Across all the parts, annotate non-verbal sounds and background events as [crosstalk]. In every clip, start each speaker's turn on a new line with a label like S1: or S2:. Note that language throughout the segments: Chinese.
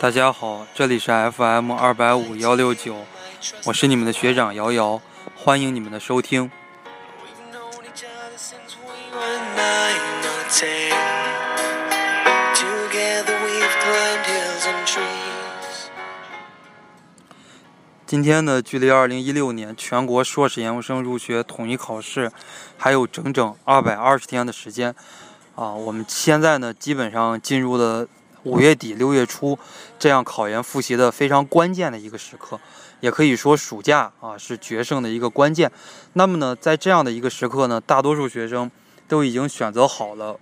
S1: 大家好，这里是 FM 二百五幺六九，我是你们的学长瑶瑶，欢迎你们的收听。
S2: We've known each other since we were nine or ten. Together we've climbed hills and trees.
S1: 今天呢，距离二零一六年全国硕士研究生入学统一考试还有整整二百二十天的时间啊！我们现在呢，基本上进入了五月底六月初这样考研复习的非常关键的一个时刻，也可以说暑假啊是决胜的一个关键。那么呢，在这样的一个时刻呢，大多数学生都已经选择好了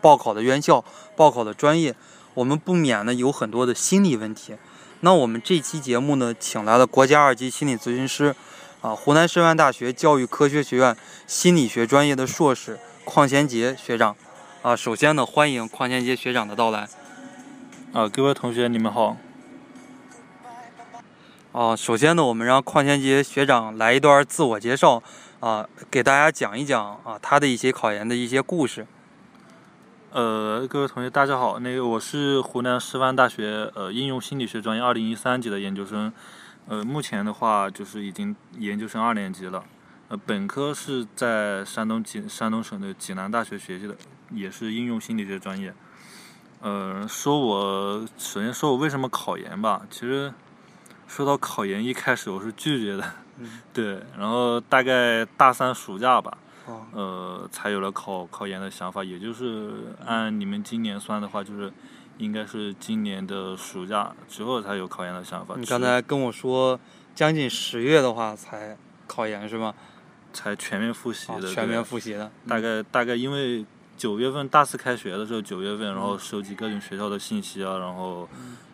S1: 报考的院校、报考的专业，我们不免呢有很多的心理问题。那我们这期节目呢，请来了国家二级心理咨询师，啊，湖南师范大学教育科学学院心理学专业的硕士邝贤杰学长。啊，首先呢，欢迎邝贤杰学长的到来。
S3: 啊，各位同学，你们好。
S1: 啊，首先呢，我们让邝贤杰学长来一段自我介绍，啊，给大家讲一讲啊他的一些考研的一些故事。
S3: 呃，各位同学，大家好。那个，我是湖南师范大学呃应用心理学专业二零一三级的研究生。呃，目前的话就是已经研究生二年级了。呃，本科是在山东济山东省的济南大学学习的，也是应用心理学专业。呃，说我首先说我为什么考研吧。其实说到考研，一开始我是拒绝的。
S1: 嗯
S3: [laughs] 对，然后大概大三暑假吧，
S1: 啊，
S3: 呃，才有了考考研的想法，也就是按你们今年算的话，就是应该是今年的暑假之后才有考研的想法。
S1: 你
S3: 只
S1: 刚才跟我说将近十月的话才考研是吗？
S3: 才全面复习
S1: 啊
S3: 的，，对嗯
S1: 全面复习的。
S3: 大概大概因为九月份大四开学的时候，九月份，然后收集各种学校的信息啊，然后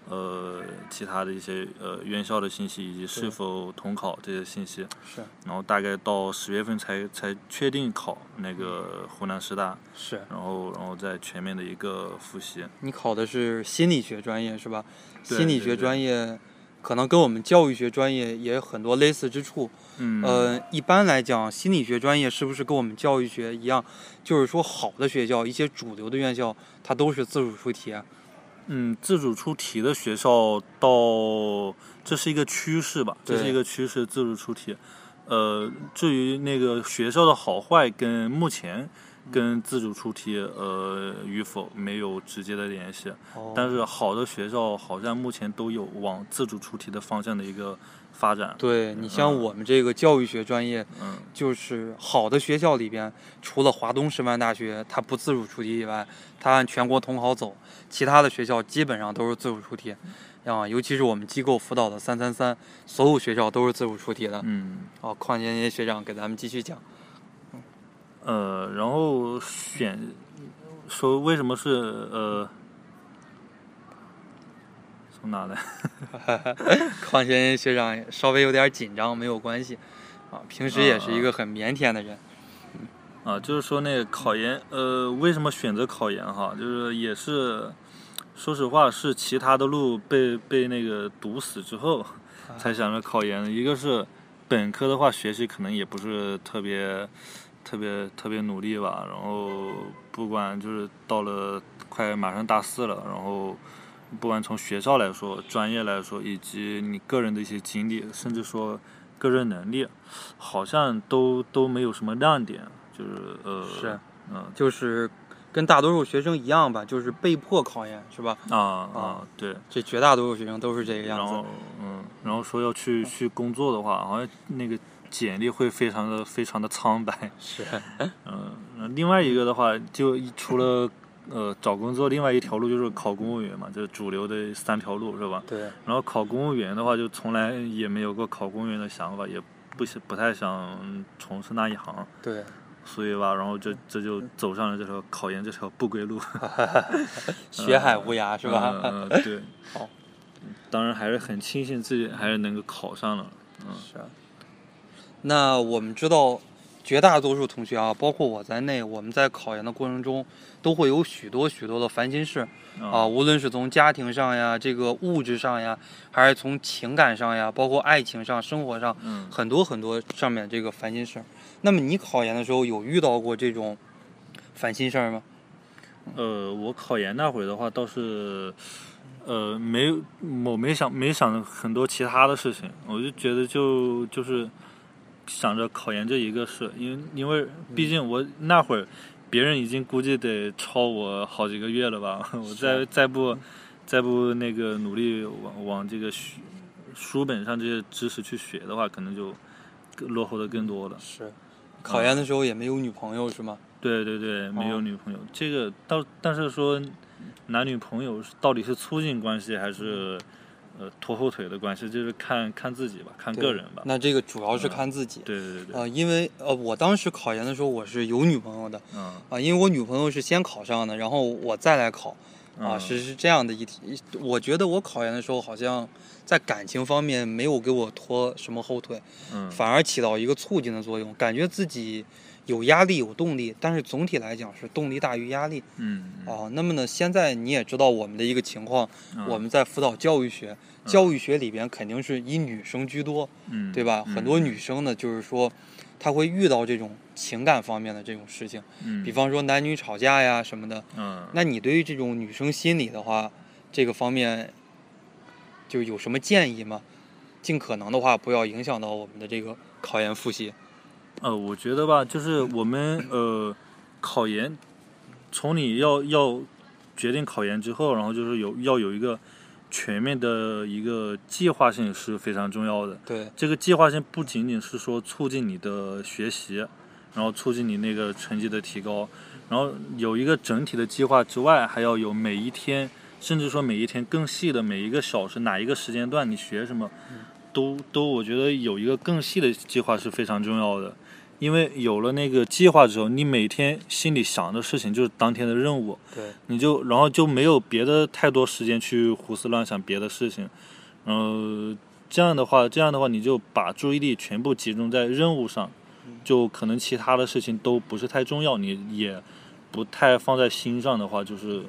S3: 呃其他的一些呃院校的信息以及
S1: 对
S3: 是否统考这些信息，
S1: 是
S3: 然后大概到十月份才才确定考那个湖南师大，
S1: 是。
S3: 然后然后再全面的一个复习。
S1: 你考的是心理学专业是吧？
S3: 对
S1: 心理
S3: 对
S1: 学
S3: 对
S1: 专业可能跟我们教育学专业也有很多类似之处。
S3: 嗯，
S1: 呃，一般来讲，心理学专业是不是跟我们教育学一样？就是说，好的学校，一些主流的院校，它都是自主出题啊。
S3: 嗯，自主出题的学校到这是一个趋势吧，这是
S1: 对
S3: 一个趋势，自主出题。呃，至于那个学校的好坏跟目
S1: 嗯
S3: 前跟自主出题呃与否没有直接的联系，
S1: 哦
S3: 但是好的学校好像目前都有往自主出题的方向的一个发展。
S1: 对你像
S3: 嗯
S1: 我们这个教育学专业，
S3: 嗯，
S1: 就是好的学校里边，除了华东师范大学它不自主出题以外，它按全国统考走，其他的学校基本上都是自主出题，啊，尤其是我们机构辅导的三三三，所有学校都是自主出题的。
S3: 嗯。
S1: 哦，邝贤杰学长给咱们继续讲。
S3: 呃，然后选说为什么是呃，从哪来？
S1: 邝贤杰学长稍微有点紧张，没有关系，啊，平时也是一个很腼腆的人。
S3: 啊，就是说那个考研，呃，为什么选择考研哈？就是也是，说实话是其他的路被被那个堵死之后，才想着考研。一个是本科的话，学习可能也不是特别特别特别努力吧。然后不管就是到了快马上大四了，然后不管从学校来说、专业来说，以及你个人的一些经历，甚至说个人能力，好像都都没有什么亮点。就是呃，
S1: 是，
S3: 嗯
S1: 就是跟大多数学生一样吧，就是被迫考研，是吧？
S3: 啊啊，对。
S1: 这绝大多数学生都是这个样
S3: 然
S1: 子。
S3: 后嗯，然后说要去去工作的话，好像那个简历会非常的非常的苍白。 [laughs]
S1: 是，
S3: 嗯，那另外一个的话，就一除了
S1: 嗯
S3: [laughs] 呃找工作，另外一条路就是考公务员嘛，就是主流的三条路是吧？
S1: 对，
S3: 然后考公务员的话，就从来也没有过考公务员的想法，也不想不太想从事那一行，
S1: 对。
S3: 所以吧，然后
S1: 嗯
S3: 这这就走上了这条考研这条不归路。
S1: 学海无涯 [laughs] 是
S3: [laughs]
S1: 吧？。
S3: 嗯、嗯对
S1: 哦好。
S3: 当然还是很庆幸自己还是能够考上了。
S1: [laughs] 是。那我们知道，绝大多数同学啊，包括我在内，我们在考研的过程中，都会有许多许多的烦心事
S3: 嗯
S1: 啊，无论是从家庭上呀，这个物质上呀，还是从情感上呀，包括爱情上、生活上，
S3: 嗯
S1: 很多很多上面这个烦心事儿。那么你考研的时候有遇到过这种烦心事儿吗？
S3: 呃，我考研那会儿的话，倒是，呃，没有，我没想没想很多其他的事情，我就觉得就就是想着考研这一个事，因为因为毕竟我那会儿别人已经估计得超我好几个月了吧， [laughs] 我再再不再不那个努力往往这个书书本上这些知识去学的话，可能就更落后的更多了。
S1: 是，考研的时候也没有女朋友是吗？
S3: 对对对，没有
S1: 哦
S3: 女朋友，这个到但是说男女朋友是到底是促进关系还是呃拖后腿的关系，就是看看自己吧，看
S1: 对
S3: 个人吧。嗯
S1: 那这个主要是看自己。
S3: 对对对对，
S1: 啊、因为呃，我当时考研的时候我是有女朋友的
S3: 嗯
S1: 啊、因为我女朋友是先考上的，然后我再来考啊、
S3: 嗯
S1: 是是这样的一题。我觉得我考研的时候好像在感情方面没有给我拖什么后腿，
S3: 嗯
S1: 反而起到一个促进的作用，感觉自己有压力有动力，但是总体来讲是动力大于压力
S3: 嗯嗯
S1: 啊、那么呢，现在你也知道我们的一个情况，
S3: 嗯
S1: 我们在辅导教育学，教育学里边肯定是以女生居多，
S3: 嗯
S1: 对吧？
S3: 嗯
S1: 很多女生呢，就是说，她会遇到这种情感方面的这种事情，
S3: 嗯
S1: 比方说男女吵架呀什么的。
S3: 嗯
S1: 那你对于这种女生心理的话，这个方面就有什么建议吗？尽可能的话，不要影响到我们的这个考研复习。
S3: 呃，我觉得吧，就是我们呃考研，从你要要决定考研之后，然后就是有要有一个全面的一个计划性是非常重要的。
S1: 对，
S3: 这个计划性不仅仅是说促进你的学习，然后促进你那个成绩的提高，然后有一个整体的计划之外，还要有每一天，甚至说每一天更细的每一个小时哪一个时间段你学什么，都都我觉得有一个更细的计划是非常重要的，因为有了那个计划之后，你每天心里想的事情就是当天的任务，
S1: 对，
S3: 你就然后就没有别的太多时间去胡思乱想别的事情，然后这样的话，这样的话你就把注意力全部集中在任务上，
S1: 嗯
S3: 就可能其他的事情都不是太重要，你也不太放在心上的话，就是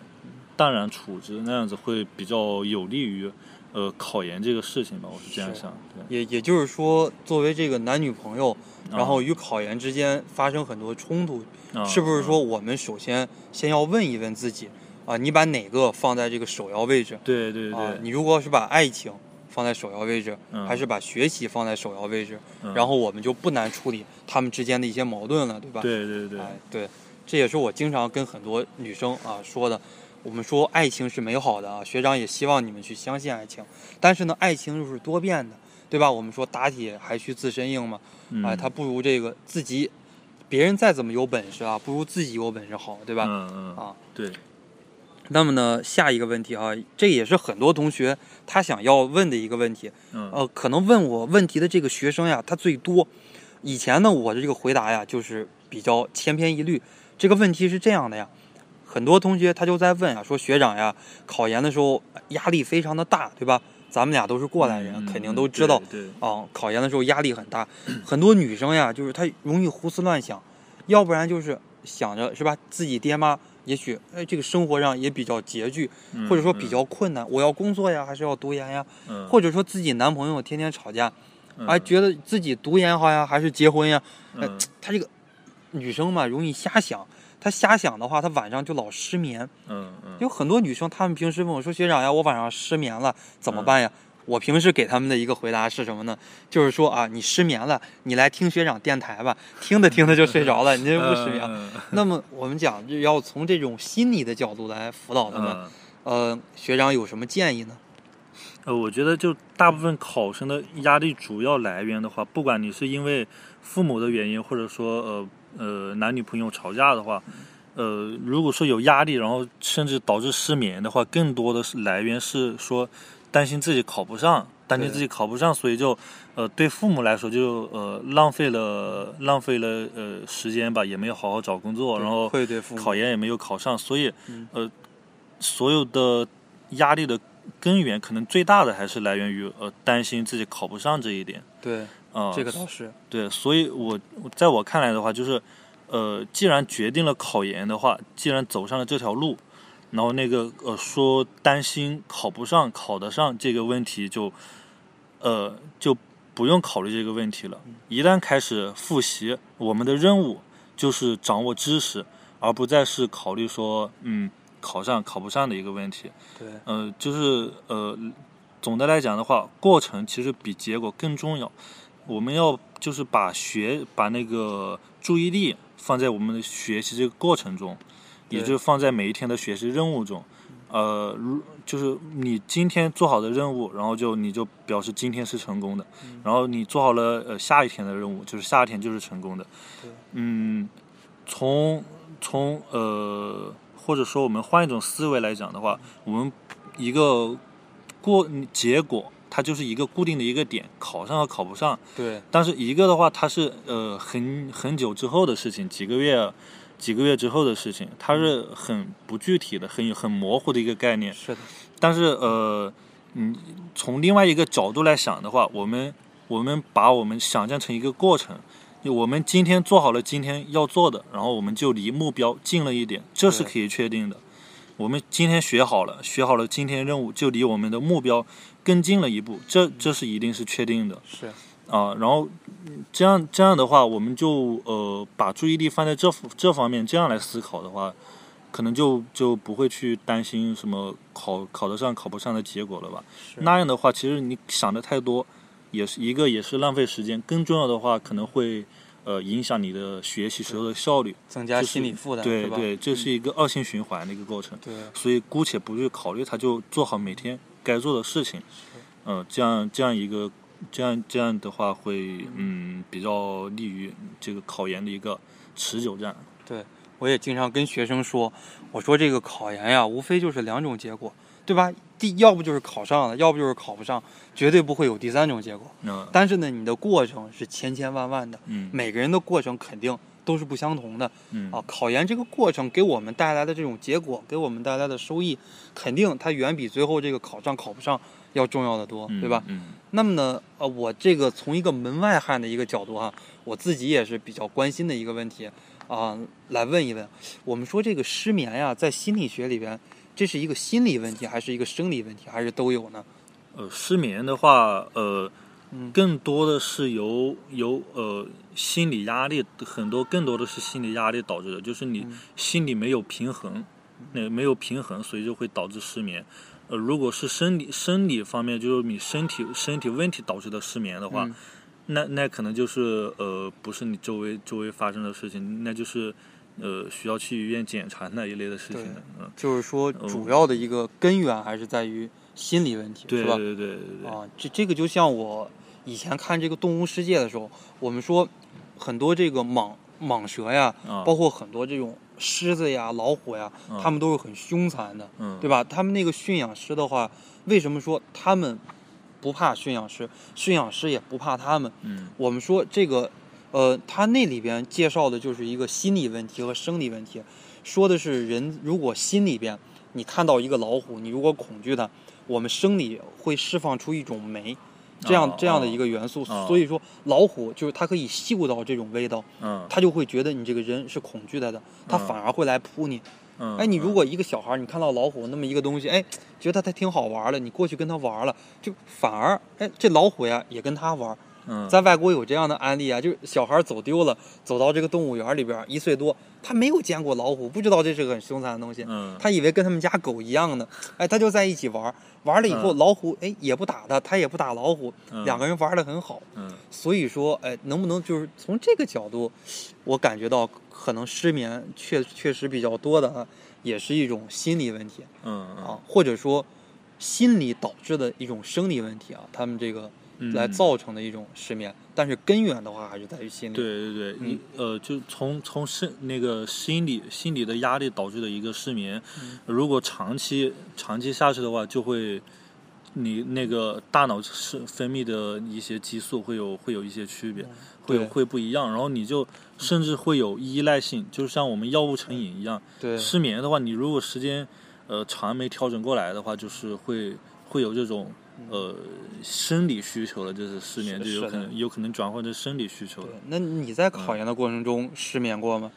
S3: 淡然处之，那样子会比较有利于呃考研这个事情吧，我是这样
S1: 是
S3: 想。对，
S1: 也也就是说，作为这个男女朋友，然
S3: 啊
S1: 后与考研之间发生很多冲突，
S3: 啊
S1: 是不是
S3: 嗯
S1: 说我们首先先要问一问自己啊，你把哪个放在这个首要位置？
S3: 对对
S1: 啊
S3: 对，，
S1: 你如果是把爱情放在首要位置，
S3: 嗯
S1: 还是把学习放在首要位置，
S3: 嗯
S1: 然后我们就不难处理他们之间的一些矛盾了，对吧？
S3: 对对对，
S1: 哎，对，这也是我经常跟很多女生啊说的。我们说爱情是美好的啊，学长也希望你们去相信爱情，但是呢，爱情又是多变的，对吧？我们说打铁还需自身硬嘛，
S3: 嗯
S1: 哎，他不如这个自己，别人再怎么有本事啊，不如自己有本事好，对吧？
S3: 嗯嗯
S1: 啊，
S3: 对，
S1: 那么呢，下一个问题啊，这也是很多同学他想要问的一个问题。
S3: 嗯
S1: 呃，可能问我问题的这个学生呀，他最多。以前呢，我的这个回答呀，就是比较千篇一律。这个问题是这样的呀，很多同学他就在问啊，说学长呀，考研的时候压力非常的大，对吧？咱们俩都是过来人，
S3: 嗯
S1: 肯定
S3: 嗯
S1: 都知道
S3: 对，对
S1: 啊、考研的时候压力很大，很多女生呀，就是她容易胡思乱想，要不然就是想着是吧，自己爹妈也许哎这个生活上也比较拮据，
S3: 嗯
S1: 或者说比
S3: 嗯
S1: 较困难，我要工作呀，还是要读研呀，
S3: 嗯
S1: 或者说自己男朋友天天吵架，
S3: 嗯
S1: 哎，觉得自己读研好呀，还是结婚呀，哎
S3: 嗯，
S1: 她这个女生嘛容易瞎想，她瞎想的话，她晚上就老失眠，
S3: 嗯嗯，
S1: [laughs] 有很多女生，她们平时问我说：“学长呀，我晚上失眠了，怎
S3: 嗯
S1: 么办呀？”我平时给她们的一个回答是什么呢？就是说啊，你失眠了，你来听学长电台吧，听着听着就睡着
S3: [laughs]
S1: 了，你这不失眠。
S3: 嗯
S1: [laughs] 那么我们讲，就要从这种心理的角度来辅导他们。
S3: 嗯
S1: 呃，学长有什么建议呢？
S3: 呃，我觉得就大部分考生的压力主要来源的话，不管你是因为父母的原因，或者说呃呃男女朋友吵架的话，呃，如果说有压力，然后甚至导致失眠的话，更多的是来源是说担心自己考不上，担心
S1: 对
S3: 自己考不上，所以就呃对父母来说就呃浪费了浪费了呃时间吧，也没有好好找工作，然后
S1: 会对父母
S3: 考研也没有考上，所以
S1: 嗯
S3: 呃，所有的压力的根源，可能最大的还是来源于呃担心自己考不上这一点
S1: 对、
S3: 啊。
S1: 这个倒是
S3: 对，所以我我在我看来的话，就是呃，既然决定了考研的话，既然走上了这条路，然后那个呃说担心考不上、考得上这个问题就呃就不用考虑这个问题了。一旦开始复习，我们的任务就是掌握知识，而不再是考虑说嗯考上考不上的一个问题。
S1: 对，
S3: 呃，就是呃，总的来讲的话，过程其实比结果更重要。我们要就是把学把那个注意力放在我们的学习这个过程中，也
S1: 对
S3: 就是放在每一天的学习任务中。呃，如就是你今天做好的任务，然后就你就表示今天是成功的，
S1: 嗯
S3: 然后你做好了呃下一天的任务，就是下一天就是成功的
S1: 对。
S3: 嗯，从从呃或者说我们换一种思维来讲的话，我们一个过嗯结果它就是一个固定的一个点，考上和考不上，
S1: 对，
S3: 但是一个的话，它是呃很很久之后的事情，几个月几个月之后的事情，它是很不具体的，很很模糊的一个概念。
S1: 是的，
S3: 但是呃，嗯，从另外一个角度来想的话，我们我们把我们想象成一个过程，我们今天做好了今天要做的，然后我们就离目标近了一点，这是
S1: 对
S3: 可以确定的。我们今天学好了，学好了今天任务，就离我们的目标更近了一步，这这是一定是确定的。
S1: 是，
S3: 啊，然后嗯这样这样的话，我们就呃把注意力放在这这方面，这样来思考的话，可能就就不会去担心什么考考得上考不上的结果了吧。
S1: 是
S3: 那样的话，其实你想的太多，也是一个也是浪费时间，更重要的话可能会呃影响你的学习时候的效率，
S1: 增加
S3: 就是
S1: 心理负担，
S3: 对
S1: 是吧？嗯
S3: 对，这是一个恶性循环的一个过程。
S1: 对，
S3: 所以姑且不去考虑它，就做好每天该做的事情。嗯、这样这样一个这样这样的话会嗯比较利于这个考研的一个持久战。
S1: 我也经常跟学生说，我说这个考研呀，无非就是两种结果，对吧？第要不就是考上了，要不就是考不上，绝对不会有第三种结果。
S3: 那
S1: 但是呢，你的过程是千千万万的，
S3: 嗯
S1: 每个人的过程肯定都是不相同的
S3: 嗯
S1: 啊。考研这个过程给我们带来的这种结果，给我们带来的收益，肯定它远比最后这个考上考不上要重要的多，
S3: 嗯
S1: 对吧？
S3: 嗯
S1: 那么呢，呃，我这个从一个门外汉的一个角度哈、我自己也是比较关心的一个问题啊、来问一问。我们说这个失眠呀、在心理学里边，这是一个心理问题，还是一个生理问题，还是都有呢？
S3: 呃失眠的话呃
S1: 嗯
S3: 更多的是由由呃心理压力，很多更多的是心理压力导致的，就是你
S1: 嗯
S3: 心里没有平衡，那、没有平衡，所以就会导致失眠。呃，如果是生理生理方面，就是你身体身体问题导致的失眠的话，
S1: 嗯
S3: 那那可能就是呃不是你周围周围发生的事情，那就是呃需要去医院检查那一类的事情
S1: 对
S3: 的，嗯，
S1: 就是说，主要的一个根源还是在于心理问题，
S3: 嗯对
S1: 是吧
S3: 对？对对对，
S1: 啊，这这个就像我以前看这个《动物世界》的时候，我们说很多这个蟒蟒蛇呀，
S3: 啊，
S1: 包括很多这种狮子呀、老虎呀，
S3: 嗯
S1: 它们都是很凶残的。
S3: 嗯
S1: 对吧？他们那个驯养师的话，为什么说他们不怕驯养师，驯养师也不怕他们？
S3: 嗯
S1: 我们说这个，呃，他那里边介绍的就是一个心理问题和生理问题，说的是人如果心里边你看到一个老虎，你如果恐惧它，我们生理会释放出一种酶。这样
S3: 哦
S1: 这样的一个元素，
S3: 哦
S1: 所以说老虎就是它可以嗅到这种味道，
S3: 嗯
S1: 它就会觉得你这个人是恐惧它的，它
S3: 嗯
S1: 反而会来扑你。
S3: 嗯，
S1: 哎，你如
S3: 嗯
S1: 果一个小孩儿，你看到老虎那么一个东西，哎，觉得它挺好玩儿的，你过去跟它玩儿了，就反而，哎，这老虎呀也跟它玩儿。
S3: 嗯
S1: 在外国有这样的案例啊，就是小孩儿走丢了，走到这个动物园儿里边儿，一岁多，他没有见过老虎，不知道这是个很凶残的东西，
S3: 嗯
S1: 他以为跟他们家狗一样呢，哎，他就在一起玩儿，玩了以后，
S3: 嗯
S1: 老虎哎也不打他，他也不打老虎，
S3: 嗯
S1: 两个人玩的很好。
S3: 嗯
S1: 所以说，哎，能不能就是从这个角度，我感觉到可能失眠确确实比较多的啊，也是一种心理问题
S3: 嗯嗯
S1: 啊，或者说心理导致的一种生理问题啊，他们这个
S3: 嗯
S1: 来造成的一种失眠，但是根源的话还是在于心理。
S3: 对对对，
S1: 嗯
S3: 你呃，就从从身那个心理心理的压力导致的一个失眠，
S1: 嗯
S3: 如果长期长期下去的话，就会你那个大脑是分泌的一些激素会有会有一些区别，会有
S1: 嗯对
S3: 会不一样，然后你就甚至会有依赖性，就像我们药物成瘾一样。
S1: 对
S3: 失眠的话，你如果时间呃长没调整过来的话，就是会会有这种呃生理需求了，就是失眠
S1: 嗯是
S3: 就
S1: 是
S3: 有可
S1: 的
S3: 能有可能转换成生理需求了
S1: 对。，那你在
S3: 嗯
S1: 考研的过程中失眠过吗？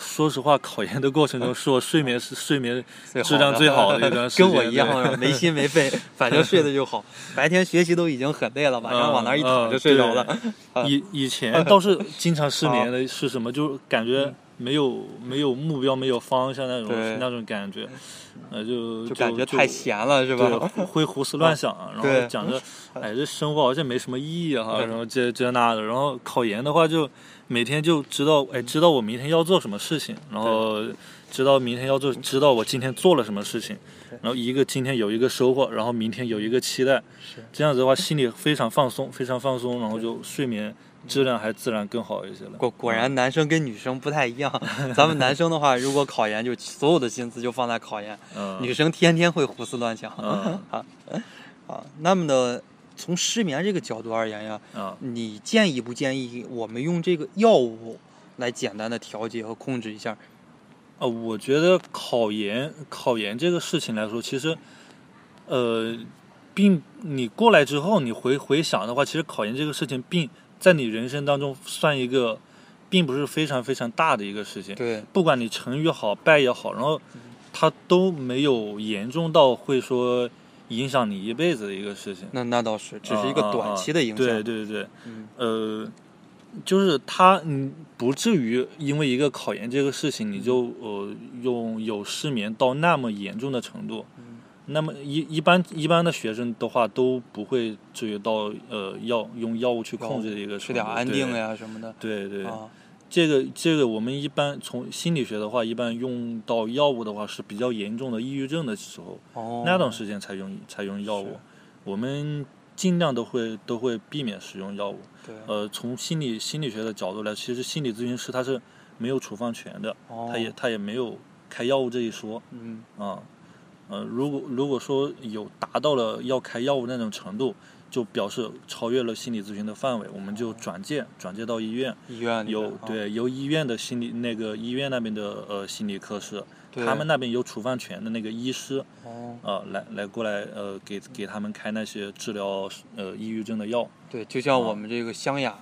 S3: 说实话，考研的过
S1: [laughs]
S3: 程中是我睡眠是睡眠
S1: 最好
S3: 质量
S1: 的
S3: 最好的
S1: [laughs]
S3: 一段时间，
S1: 跟我一样
S3: 对
S1: 啊，没心没肺，反正睡得就好。白天学习都已经很累了，晚上往那
S3: 嗯
S1: 儿一躺就睡着了。 [laughs]
S3: 以以前倒是经常失眠的是什么？就感觉没有没有目标、没有方向那种
S1: 嗯对嗯
S3: 那种感觉，呃，就
S1: 就感觉太
S3: 就
S1: 闲了是
S3: 对，
S1: 吧？啊
S3: 会会胡思乱想，啊然
S1: 对
S3: 后讲着，哎，这生活好像没什么意义哈，
S1: 对
S3: 然后这这那的，然后考研的话就每天就知道，哎，知道我明天要做什么事情，然后知道明天要做，知道我今天做了什么事情，然后一个今天有一个收获，然后明天有一个期待，这样子的话心里非常放松，非常放松，然后就睡眠质量还自然更好一些了。
S1: 果果然男生跟女生不太一样，咱们男生的话，如果考研就所有的心思就放在考研，
S3: 嗯，
S1: 女生天天会胡思乱想。
S3: 嗯
S1: 啊，那么呢，从失眠这个角度而言呀，
S3: 啊，
S1: 你建议不建议我们用这个药物来简单的调节和控制一下？
S3: 啊，我觉得考研考研这个事情来说，其实，呃，并你过来之后，你回回想的话，其实考研这个事情并在你人生当中算一个，并不是非常非常大的一个事情。
S1: 对，
S3: 不管你成也好，败也好，然后它都没有严重到会说影响你一辈子的一个事情。
S1: 那那倒是，只是一个
S3: 啊
S1: 短期的影响。
S3: 啊啊对对对，
S1: 嗯
S3: 呃，就是他，嗯，不至于因为一个考研这个事情，你就
S1: 嗯
S3: 呃用有失眠到那么严重的程度。
S1: 嗯
S3: 那么一一般一般的学生的话都不会至于到呃药用药物去控制的一个
S1: 吃
S3: 程度
S1: 点安定
S3: 对
S1: 呀什么的。
S3: 对对，
S1: 啊，
S3: 这个这个我们一般从心理学的话，一般用到药物的话是比较严重的抑郁症的时候，
S1: 哦，
S3: 那段时间才用才用药
S1: 是
S3: 物，我们尽量都会都会避免使用药物。
S1: 对，
S3: 呃，从心理心理学的角度来，其实心理咨询师他是没有处方权的，
S1: 哦，
S3: 他也他也没有开药物这一说
S1: 嗯，
S3: 啊。呃，如果如果说有达到了要开药物那种程度，就表示超越了心理咨询的范围，我们就转介
S1: 哦
S3: 转介到医院，
S1: 医院里
S3: 由
S1: 面啊
S3: 对由医院的心理那个医院那边的呃心理科室，
S1: 对
S3: 他们那边有处方权的那个医师
S1: 哦，
S3: 啊、来来过来呃给给他们开那些治疗呃抑郁症的药
S1: 对，就像我们这个湘雅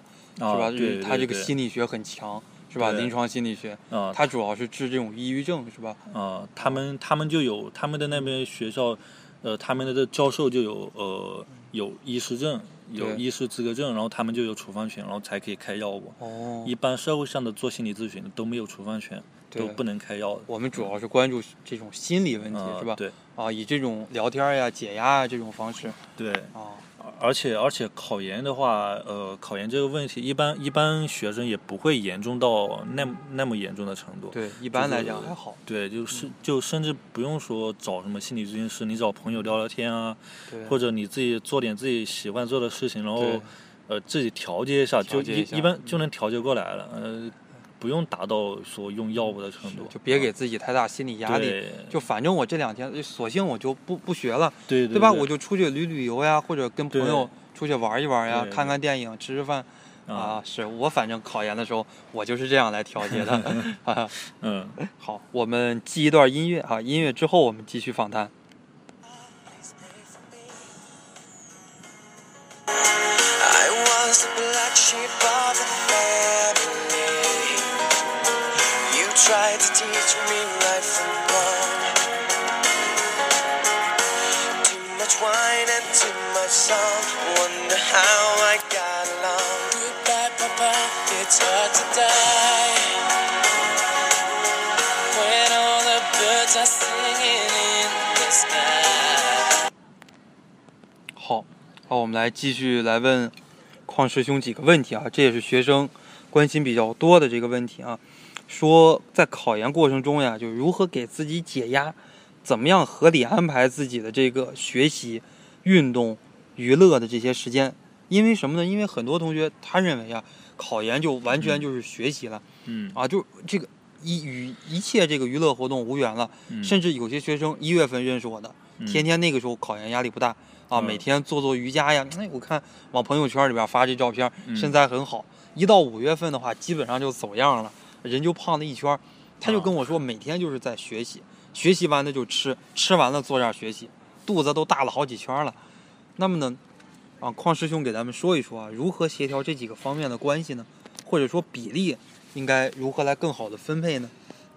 S3: 啊，
S1: 是吧？就
S3: 对
S1: 是
S3: 对
S1: 他这个
S3: 对
S1: 心理学很强，是吧？
S3: 对
S1: 临床心理学，
S3: 啊，
S1: 它主要是治这种抑郁症，是吧？
S3: 啊，他们他们就有他们的那边学校，呃，他们的这教授就有呃有医师证，有
S1: 对
S3: 医师资格证，然后他们就有处方权，然后才可以开药物。
S1: 哦
S3: 一般社会上的做心理咨询的都没有处方权，都
S1: 对
S3: 不能开药的。
S1: 我们主要是关注这种心理问题，
S3: 啊、
S1: 是吧？
S3: 对
S1: 啊，以这种聊天呀、解压啊呀这种方式
S3: 对，
S1: 啊，
S3: 而且而且考研的话，呃，考研这个问题，一般一般学生也不会严重到那么那么严重的程度。
S1: 对，一般来讲
S3: 是
S1: 还好。
S3: 对，就是就甚至不用说找什么心理咨询师，你找朋友聊聊天啊，
S1: 对，
S3: 或
S1: 者
S3: 者你自己做点自己喜欢做的事情，然后
S1: 对
S3: 呃自己调节一下，
S1: 调
S3: 就
S1: 节
S3: 一
S1: 一下嗯
S3: 一般就能调节过来了，呃，不用达到说用药物的程度，
S1: 就别给自己太大心理压力。
S3: 对
S1: 就反正我这两天，呃索性我就不不学了，
S3: 对
S1: 对吧？我就出去旅旅游呀，或者跟朋友出去玩一玩呀，
S3: 对
S1: 看看电影，吃吃饭
S3: 啊
S1: 啊。是我反正考研的时候，我就是这样来调节
S3: [laughs]
S1: 的啊。
S3: 嗯。
S1: 好，我们记一段音乐啊，音乐之后我们继续访谈。
S2: I was the black sheep of the family. You tried to teach me right from wrong. Too much wine and too much song. Wonder how I got along. Goodbye, Papa. It's hard to die. When all the birds are singing in the sky.
S1: 好，好，我们来继续来问邝师兄几个问题啊，这也是学生关心比较多的这个问题啊。说在考研过程中呀，就如何给自己解压，怎么样合理安排自己的这个学习、运动、娱乐的这些时间？因为什么呢？因为很多同学他认为呀，啊考研就完全就是学习了、
S3: 嗯
S1: 啊，就这个一与一切这个娱乐活动无缘了。
S3: 嗯，
S1: 甚至有些学生一月份认识我的，
S3: 嗯
S1: 天天那个时候考研压力不大啊，
S3: 嗯
S1: 每天做做瑜伽呀。哎，我看往朋友圈里边发这照片，
S3: 嗯
S1: 身材很好。一到五月份的话，基本上就走样了，人就胖了一圈儿。他
S3: 啊
S1: 就跟我说，每天就是在学习，学习完了就吃，吃完了坐这儿学习，肚子都大了好几圈了。那么呢，啊，邝师兄给咱们说一说啊，如何协调这几个方面的关系呢？或者说比例应该如何来更好的分配呢？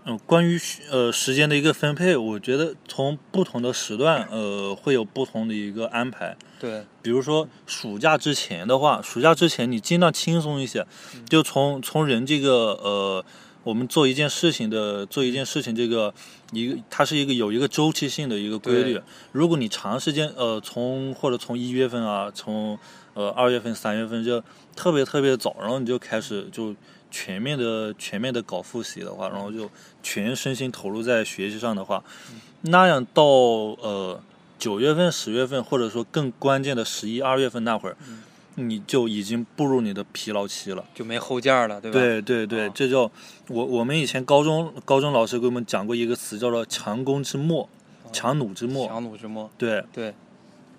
S3: 嗯，关于需呃时间的一个分配，我觉得从不同的时段，呃，会有不同的一个安排。
S1: 对，
S3: 比如说暑假之前的话，暑假之前你尽量轻松一些，就从从人这个呃我们做一件事情的做一件事情这个一个它是一个有一个周期性的一个规律
S1: 对。
S3: 如果你长时间呃从或者从一月份啊，从呃二月份、三月份就特别特别早，然后你就开始就全面的全面的搞复习的话，然后就全身心投入在学习上的话，那样到呃九月份、十月份，或者说更关键的十一二月份那会儿，
S1: 嗯
S3: 你就已经步入你的疲劳期了。
S1: 就没后劲儿了，对吧？
S3: 对对对，
S1: 啊
S3: 这叫我我们以前高中高中老师给我们讲过一个词，叫做“强弩之末”，强弩之末。
S1: 哦强弩之末，
S3: 对，
S1: 对，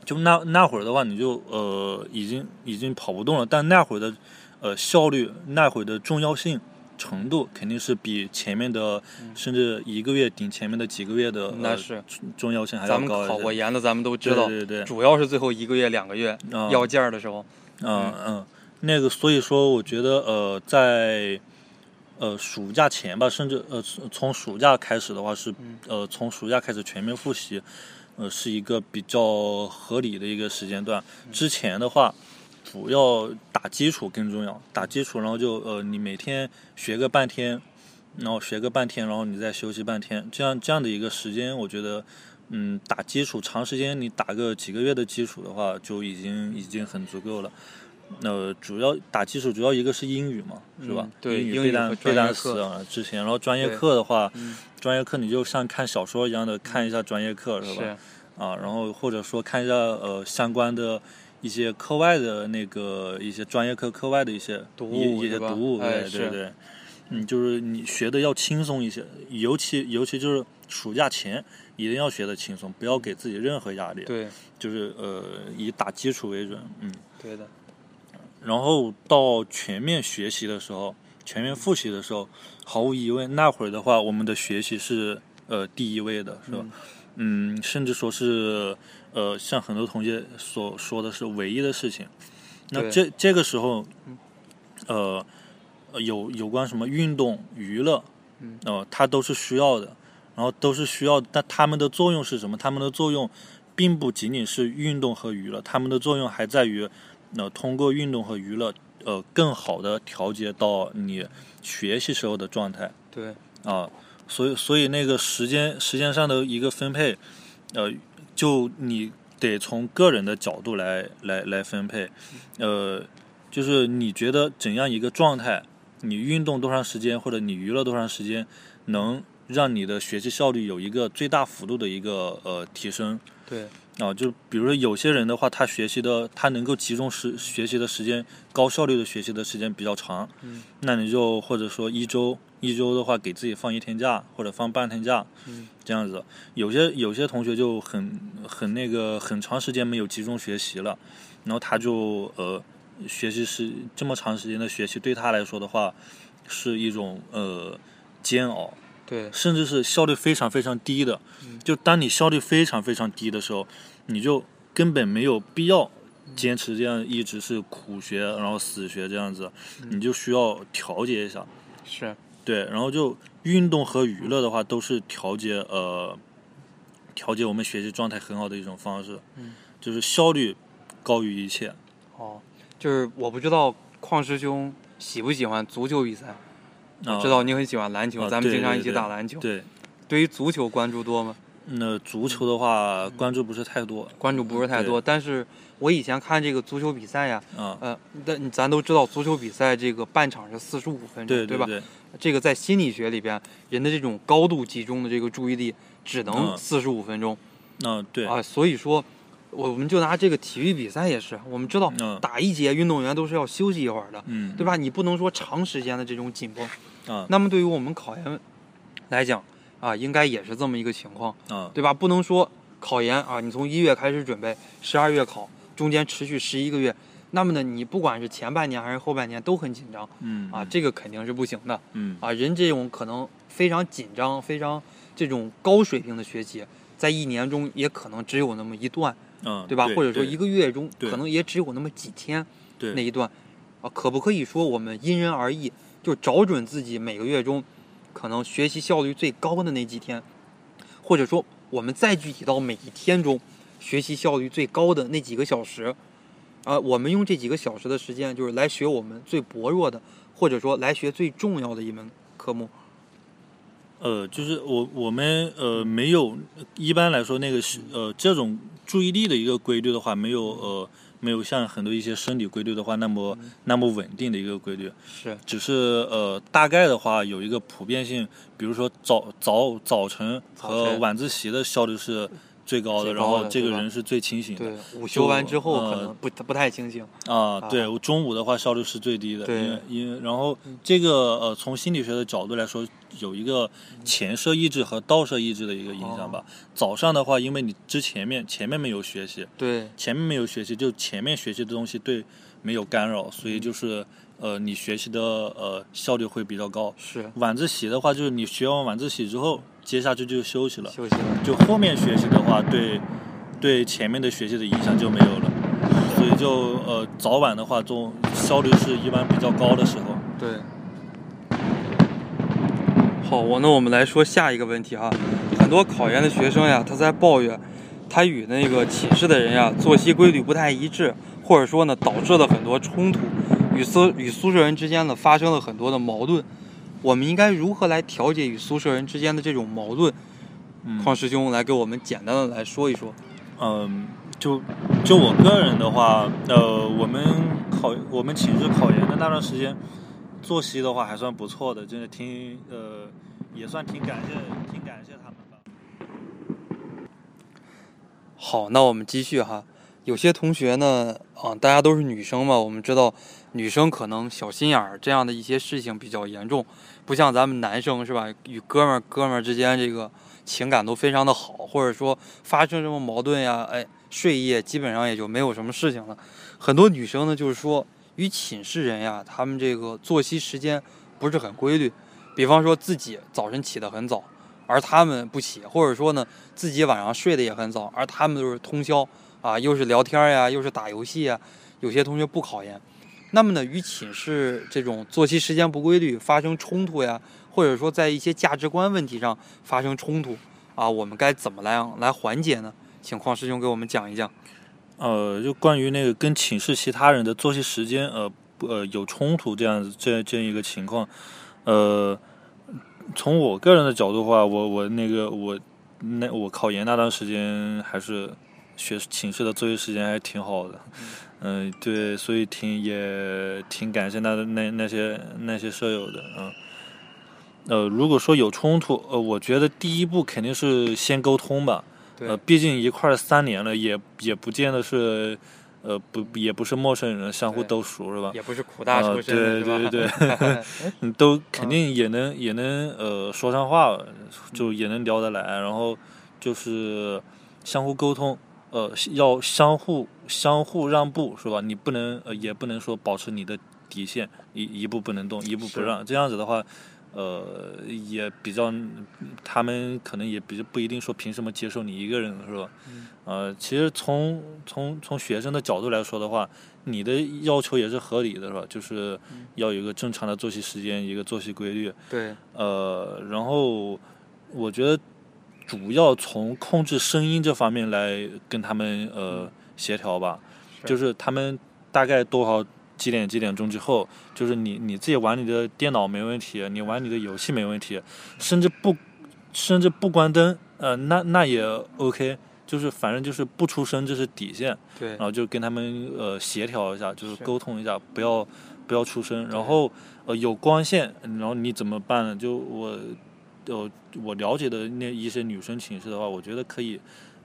S3: 就那那会儿的话，你就呃已经已经跑不动了，但那会儿的呃效率，那会儿的重要性程度，肯定是比前面的、甚至一个月顶前面的几个月的、呃、
S1: 嗯那是
S3: 重重要性还要
S1: 咱们
S3: 高一
S1: 考
S3: 些
S1: 过研的，咱们都知道，
S3: 对对对
S1: 主要是最后一个月、两个月、
S3: 啊
S1: 要劲儿的时候，
S3: 嗯，嗯，那个，所以说，我觉得呃，在呃暑假前吧，甚至呃从从暑假开始的话是，呃从暑假开始全面复习，呃是一个比较合理的一个时间段。
S1: 嗯
S3: 之前的话，主要打基础更重要，打基础，然后就呃你每天学个半天，然后学个半天，然后你再休息半天，这样这样的一个时间，我觉得。嗯，打基础长时间，你打个几个月的基础的话，就已经已经很足够了。呃，主要打基础主要一个是英语嘛，是吧
S1: 嗯？对
S3: 英
S1: 英语和
S3: 背
S1: 专
S3: 单背
S1: 业
S3: 单
S1: 课
S3: 词啊，之前，然后专业
S1: 对
S3: 课的话，
S1: 嗯
S3: 专业课你就像看小说一样的看一下专业课，是吧？
S1: 是，
S3: 啊，然后或者说看一下呃相关的一些课外的那个一些专业课课外的一些
S1: 读
S3: 一
S1: 物
S3: 一些
S1: 是吧
S3: 读物，对、
S1: 哎
S3: 对
S1: 是
S3: 对，嗯，就是你学的要轻松一些，尤其尤其就是暑假前一定要学的轻松，不要给自己任何压力，
S1: 对，
S3: 就是呃以打基础为准，嗯，
S1: 对的，
S3: 然后到全面学习的时候，全面复习的时候，毫无疑问，那会儿的话，我们的学习是呃第一位的，是吧？嗯甚至说是呃，像很多同学所说的是唯一的事情。那
S1: 对
S3: 这这个时候，呃，呃有有关什么运动、娱乐，呃，它都是需要的，然后都是需要，但它们的作用是什么？它们的作用并不仅仅是运动和娱乐，它们的作用还在于，呃，通过运动和娱乐，呃，更好的调节到你学习时候的状态
S1: 对，
S3: 啊、所以，所以那个时间时间上的一个分配，呃，就你得从个人的角度来来来分配，呃，就是你觉得怎样一个状态，你运动多长时间，或者你娱乐多长时间，能让你的学习效率有一个最大幅度的一个呃提升
S1: 对，
S3: 啊、就比如说有些人的话，他学习的他能够集中时学习的时间，高效率的学习的时间比较长，
S1: 嗯
S3: 那你就或者说一周一周的话，给自己放一天假或者放半天假，
S1: 嗯
S3: 这样子，有些有些同学就很很那个很长时间没有集中学习了，然后他就呃学习是这么长时间的学习对他来说的话是一种呃煎熬，
S1: 对，
S3: 甚至是效率非常非常低的。
S1: 嗯
S3: 就当你效率非常非常低的时候，你就根本没有必要坚持这样一直是苦学然后死学这样子，
S1: 嗯
S3: 你就需要调节一下。
S1: 是，
S3: 对，然后就运动和娱乐的话，都是调节呃调节我们学习状态很好的一种方式，
S1: 嗯
S3: 就是效率高于一切。
S1: 哦，就是我不知道矿师兄喜不喜欢足球比赛，
S3: 啊、
S1: 知道你很喜欢篮球，
S3: 啊
S1: 咱们
S3: 对
S1: 经常一
S3: 对
S1: 起
S3: 对
S1: 打篮球，嗯
S3: 对，
S1: 对于足球关注多吗？
S3: 那足球的话关注不是太多
S1: 关注不是太多，但是我以前看这个足球比赛呀，
S3: 啊，
S1: 呃，但咱都知道足球比赛这个半场是四十五分钟，
S3: 对
S1: 对吧？
S3: 对，
S1: 这个在心理学里边，人的这种高度集中的这个注意力只能
S3: 嗯
S1: 四十五分钟、
S3: 嗯对
S1: 啊，所以说，我我们就拿这个体育比赛也是，我们知道
S3: 嗯
S1: 打一节运动员都是要休息一会儿的，
S3: 嗯
S1: 对吧？你不能说长时间的这种紧绷。
S3: 啊
S1: 那么对于我们考研来讲啊，应该也是这么一个情况，
S3: 啊
S1: 对吧？不能说考研啊，你从一月开始准备，十二月考，中间持续十一个月，那么呢，你不管是前半年还是后半年都很紧张
S3: 嗯
S1: 啊，这个肯定是不行的。
S3: 嗯
S1: 啊，人这种可能非常紧张、非常这种高水平的学习，在一年中也可能只有那么一段，
S3: 嗯
S1: 对吧？或者说一
S3: 个
S1: 个月中
S3: 对
S1: 可能也只有那么几天
S3: 对
S1: 那一段，啊，可不可以说我们因人而异，就找准自己每个月中可能学习效率最高的那几天，或者说我们再具体到每一天中学习效率最高的那几个小时，啊，我们用这几个小时的时间，就是来学我们最薄弱的，或者说来学最重要的一门课。科目？
S3: 呃，就是我我们呃没有，一般来说那个是呃这种注意力的一个规律的话，没有呃没有像很多一些生理规律的话那么
S1: 嗯
S3: 那么稳定的一个规律，
S1: 是
S3: 只是呃大概的话有一个普遍性，比如说早早早晨
S1: 早
S3: 和
S1: 晨
S3: 晚自习的效率是最高
S1: 最
S3: 的，
S1: 高的
S3: 然后这个
S1: 对吧
S3: 人是最清醒的。
S1: 对，嗯午休完之后
S3: 呃
S1: 可能不、不太清醒。啊，
S3: 啊对，我中午的话效率是最低的，
S1: 对
S3: 因为因为然后这个呃，从心理学的角度来说，有一个前摄抑制和倒摄抑制的一个影响
S1: 哦
S3: 吧。早上的话，因为你之前面前面没有学习，
S1: 对，
S3: 前面没有学习，就前面学习的东西对没有干扰，所以
S1: 嗯
S3: 就是呃，你学习的呃效率会比较高。
S1: 是
S3: 晚自习的话，就是你学完晚自习之后，接下去就休息了，
S1: 休息了。
S3: 就后面学习的话，对对前面的学习的影响就没有了，所以就呃早晚的话，中效率是一般比较高的时候。
S1: 对。好，我那我们来说下一个问题哈。很多考研的学生呀，他在抱怨，他与那个寝室的人呀作息规律不太一致，或者说呢导致了很多冲突，与宿与宿舍人之间呢发生了很多的矛盾。我们应该如何来调解与宿舍人之间的这种矛盾？
S3: 嗯
S1: 匡师兄来给我们简单的来说一说。
S3: 嗯，就就我个人的话，呃，我们考我们寝室考研的那段时间，作息的话还算不错的，真的挺呃也算挺感谢挺感谢他们吧。
S1: 好，那我们继续哈。有些同学呢，啊，大家都是女生嘛，我们知道女生可能小心眼儿这样的一些事情比较严重，不像咱们男生是吧？与哥们儿哥们儿之间这个情感都非常的好，或者说发生什么矛盾呀，哎，睡一夜基本上也就没有什么事情了。很多女生呢，就是说与寝室人呀，他们这个作息时间不是很规律，比方说自己早晨起得很早，而他们不起，或者说呢，自己晚上睡得也很早，而他们都是通宵啊，又是聊天呀，又是打游戏呀。有些同学不考研，那么呢，与寝室这种作息时间不规律发生冲突呀，或者说在一些价值观问题上发生冲突啊，我们该怎么来来缓解呢？请邝师兄给我们讲一讲。
S3: 呃，就关于那个跟寝室其他人的作息时间，呃不呃有冲突这样子这这样一个情况，呃，从我个人的角度的话，我我那个我那我考研那段时间还是学寝室的作息时间还挺好的， [laughs] 嗯、对，所以挺也挺感谢那那那些那些舍友的，嗯。呃，如果说有冲突，呃，我觉得第一步肯定是先沟通吧，
S1: 对
S3: 呃，毕竟一块儿三年了，也也不见得是，呃，不也不是陌生人，相互
S1: 对
S3: 都熟是吧？
S1: 也不是苦大仇深的、
S3: 呃对对 [laughs]
S1: 是吧？对
S3: 嗯都肯定也能、也能呃说上话，就也能聊得来，然后就是相互沟通，呃，要相互相互让步是吧？你不能呃也不能说保持你的底线，一一步不能动，一步不
S1: 是
S3: 让，这样子的话。呃，也比较，他们可能也比较不一定说凭什么接受你一个人是吧？
S1: 嗯
S3: 呃，其实从从从学生的角度来说的话，你的要求也是合理的，是吧？就是
S1: 嗯
S3: 要有一个正常的作息时间，一个作息规律。
S1: [laughs] 对
S3: 呃，然后我觉得主要从控制声音这方面来跟他们呃协调吧，
S1: 是
S3: 就是他们大概多少几点几点钟之后，就是你你自己玩你的电脑没问题，你玩你的游戏没问题，甚至不甚至不关灯，呃，那那也 OK。就是反正就是不出声，这是底线，
S1: 对
S3: 然后就跟他们呃协调一下，就是
S1: 是
S3: 沟通一下，不要不要出声。然后呃有光线，然后你怎么办呢？就我呃我了解的那一些女生寝室的话，我觉得可以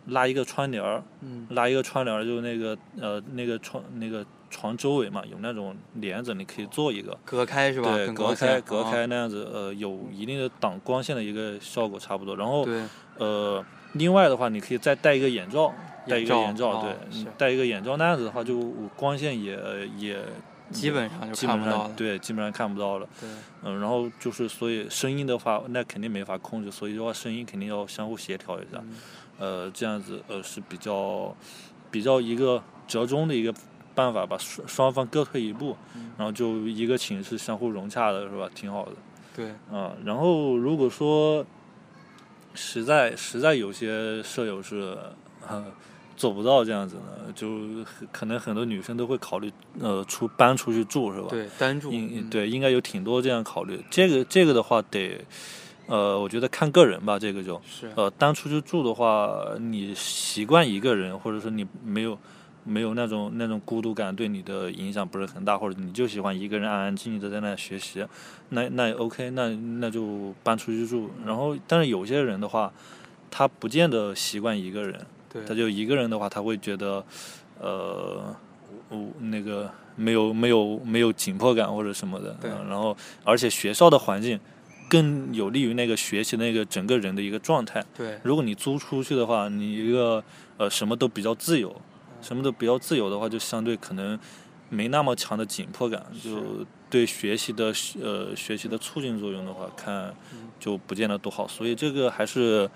S3: 拉一个窗帘儿，
S1: 嗯
S3: 拉一个窗帘儿，就是那个呃那个床那个床周围嘛，有那种帘子，你可以做一个。
S1: 隔开是吧？
S3: 对，
S1: 跟
S3: 隔
S1: 光
S3: 开
S1: 线
S3: 隔
S1: 啊
S3: 开那样子，呃，有一定的挡光线的一个效果，差不多。然后，
S1: 嗯对
S3: 呃，另外的话，你可以再戴一个眼罩，戴一个
S1: 罩
S3: 眼罩，
S1: 哦
S3: 对，嗯你
S1: 是
S3: 戴一个眼罩那样子的话，就光线也也
S1: 基本上
S3: 基
S1: 就看
S3: 本
S1: 不到
S3: 上
S1: 了。
S3: 对，基本上看不到了。
S1: 对
S3: 嗯，然后就是所以声音的话，那肯定没法控制，所以的话声音肯定要相互协调一下，
S1: 嗯
S3: 呃，这样子呃是比较比较一个折中的一个办法吧，双双方各退一步，
S1: 嗯
S3: 然后就一个寝室相互融洽的是吧，挺好的。
S1: 对
S3: 啊、然后如果说实在实在有些舍友是，呃，走不到这样子的，就很可能很多女生都会考虑呃出搬出去住是吧？
S1: 对，单住，
S3: 应
S1: 嗯，，
S3: 对应该有挺多这样考虑。这个这个的话得，呃，我觉得看个人吧，这个就是呃单出去住的话，你习惯一个人，或者说你没有没有那种那种孤独感，对你的影响不是很大，或者你就喜欢一个人安安静静的在那学习，那那也 OK，那那就搬出去住。然后，但是有些人的话，他不见得习惯一个人。他
S1: 对，
S3: 就一个人的话，他会觉得，呃，我那个没有没有没有紧迫感或者什么的。
S1: 对
S3: 嗯然后，而且学校的环境更有利于那个学习的那个整个人的一个状态。
S1: 对，
S3: 如果你租出去的话，你一个呃什么都比较自由，
S1: 嗯
S3: 什么都比较自由的话，就相对可能没那么强的紧迫感，就对学习的呃学习的促进作用的话，看
S1: 嗯
S3: 就不见得多好。所以这个还是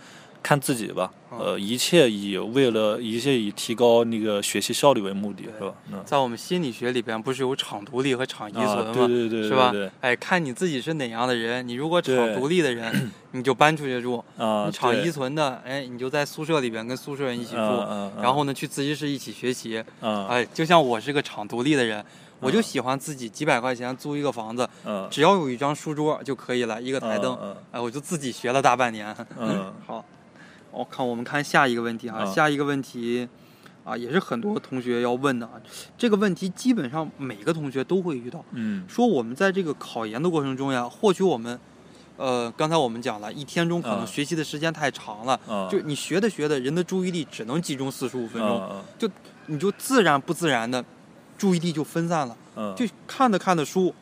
S3: 看自己吧，
S1: 嗯
S3: 呃，一切以为了一切以提高那个学习效率为目的，
S1: 对
S3: 是吧？嗯，
S1: 在我们心理学里边不是有场独立和场依存
S3: 啊，
S1: 吗？
S3: 对对对，
S1: 是吧
S3: 对对
S1: 哎，看你自己是哪样的人。你如果场
S3: 对
S1: 独立的人， [clears throat] 你就搬出去住；
S3: 啊，
S1: 你场
S3: 对
S1: 依存的，哎，你就在宿舍里边跟宿舍人一起住。
S3: 啊啊
S1: 然后呢，去自习室一起学习。
S3: 啊
S1: 哎，就像我是个场独立的人，我就喜欢自己几百块钱租一个房子，
S3: 啊，
S1: 只要有一张书桌就可以了，一个台灯。
S3: 嗯
S1: 哎，我就自己学了大半年。
S3: 嗯
S1: [laughs] 好，我、看我们看下一个问题哈，
S3: 啊
S1: 下一个问题啊也是很多同学要问的啊，这个问题基本上每个同学都会遇到。
S3: 嗯
S1: 说我们在这个考研的过程中呀，或许我们，呃，刚才我们讲了一天中可能
S3: 啊
S1: 学习的时间太长了，
S3: 嗯啊，
S1: 就你学着学着，人的注意力只能集中四十五分钟，
S3: 啊
S1: 你就自然不自然的注意力就分散了，
S3: 啊
S1: 就看着看着书。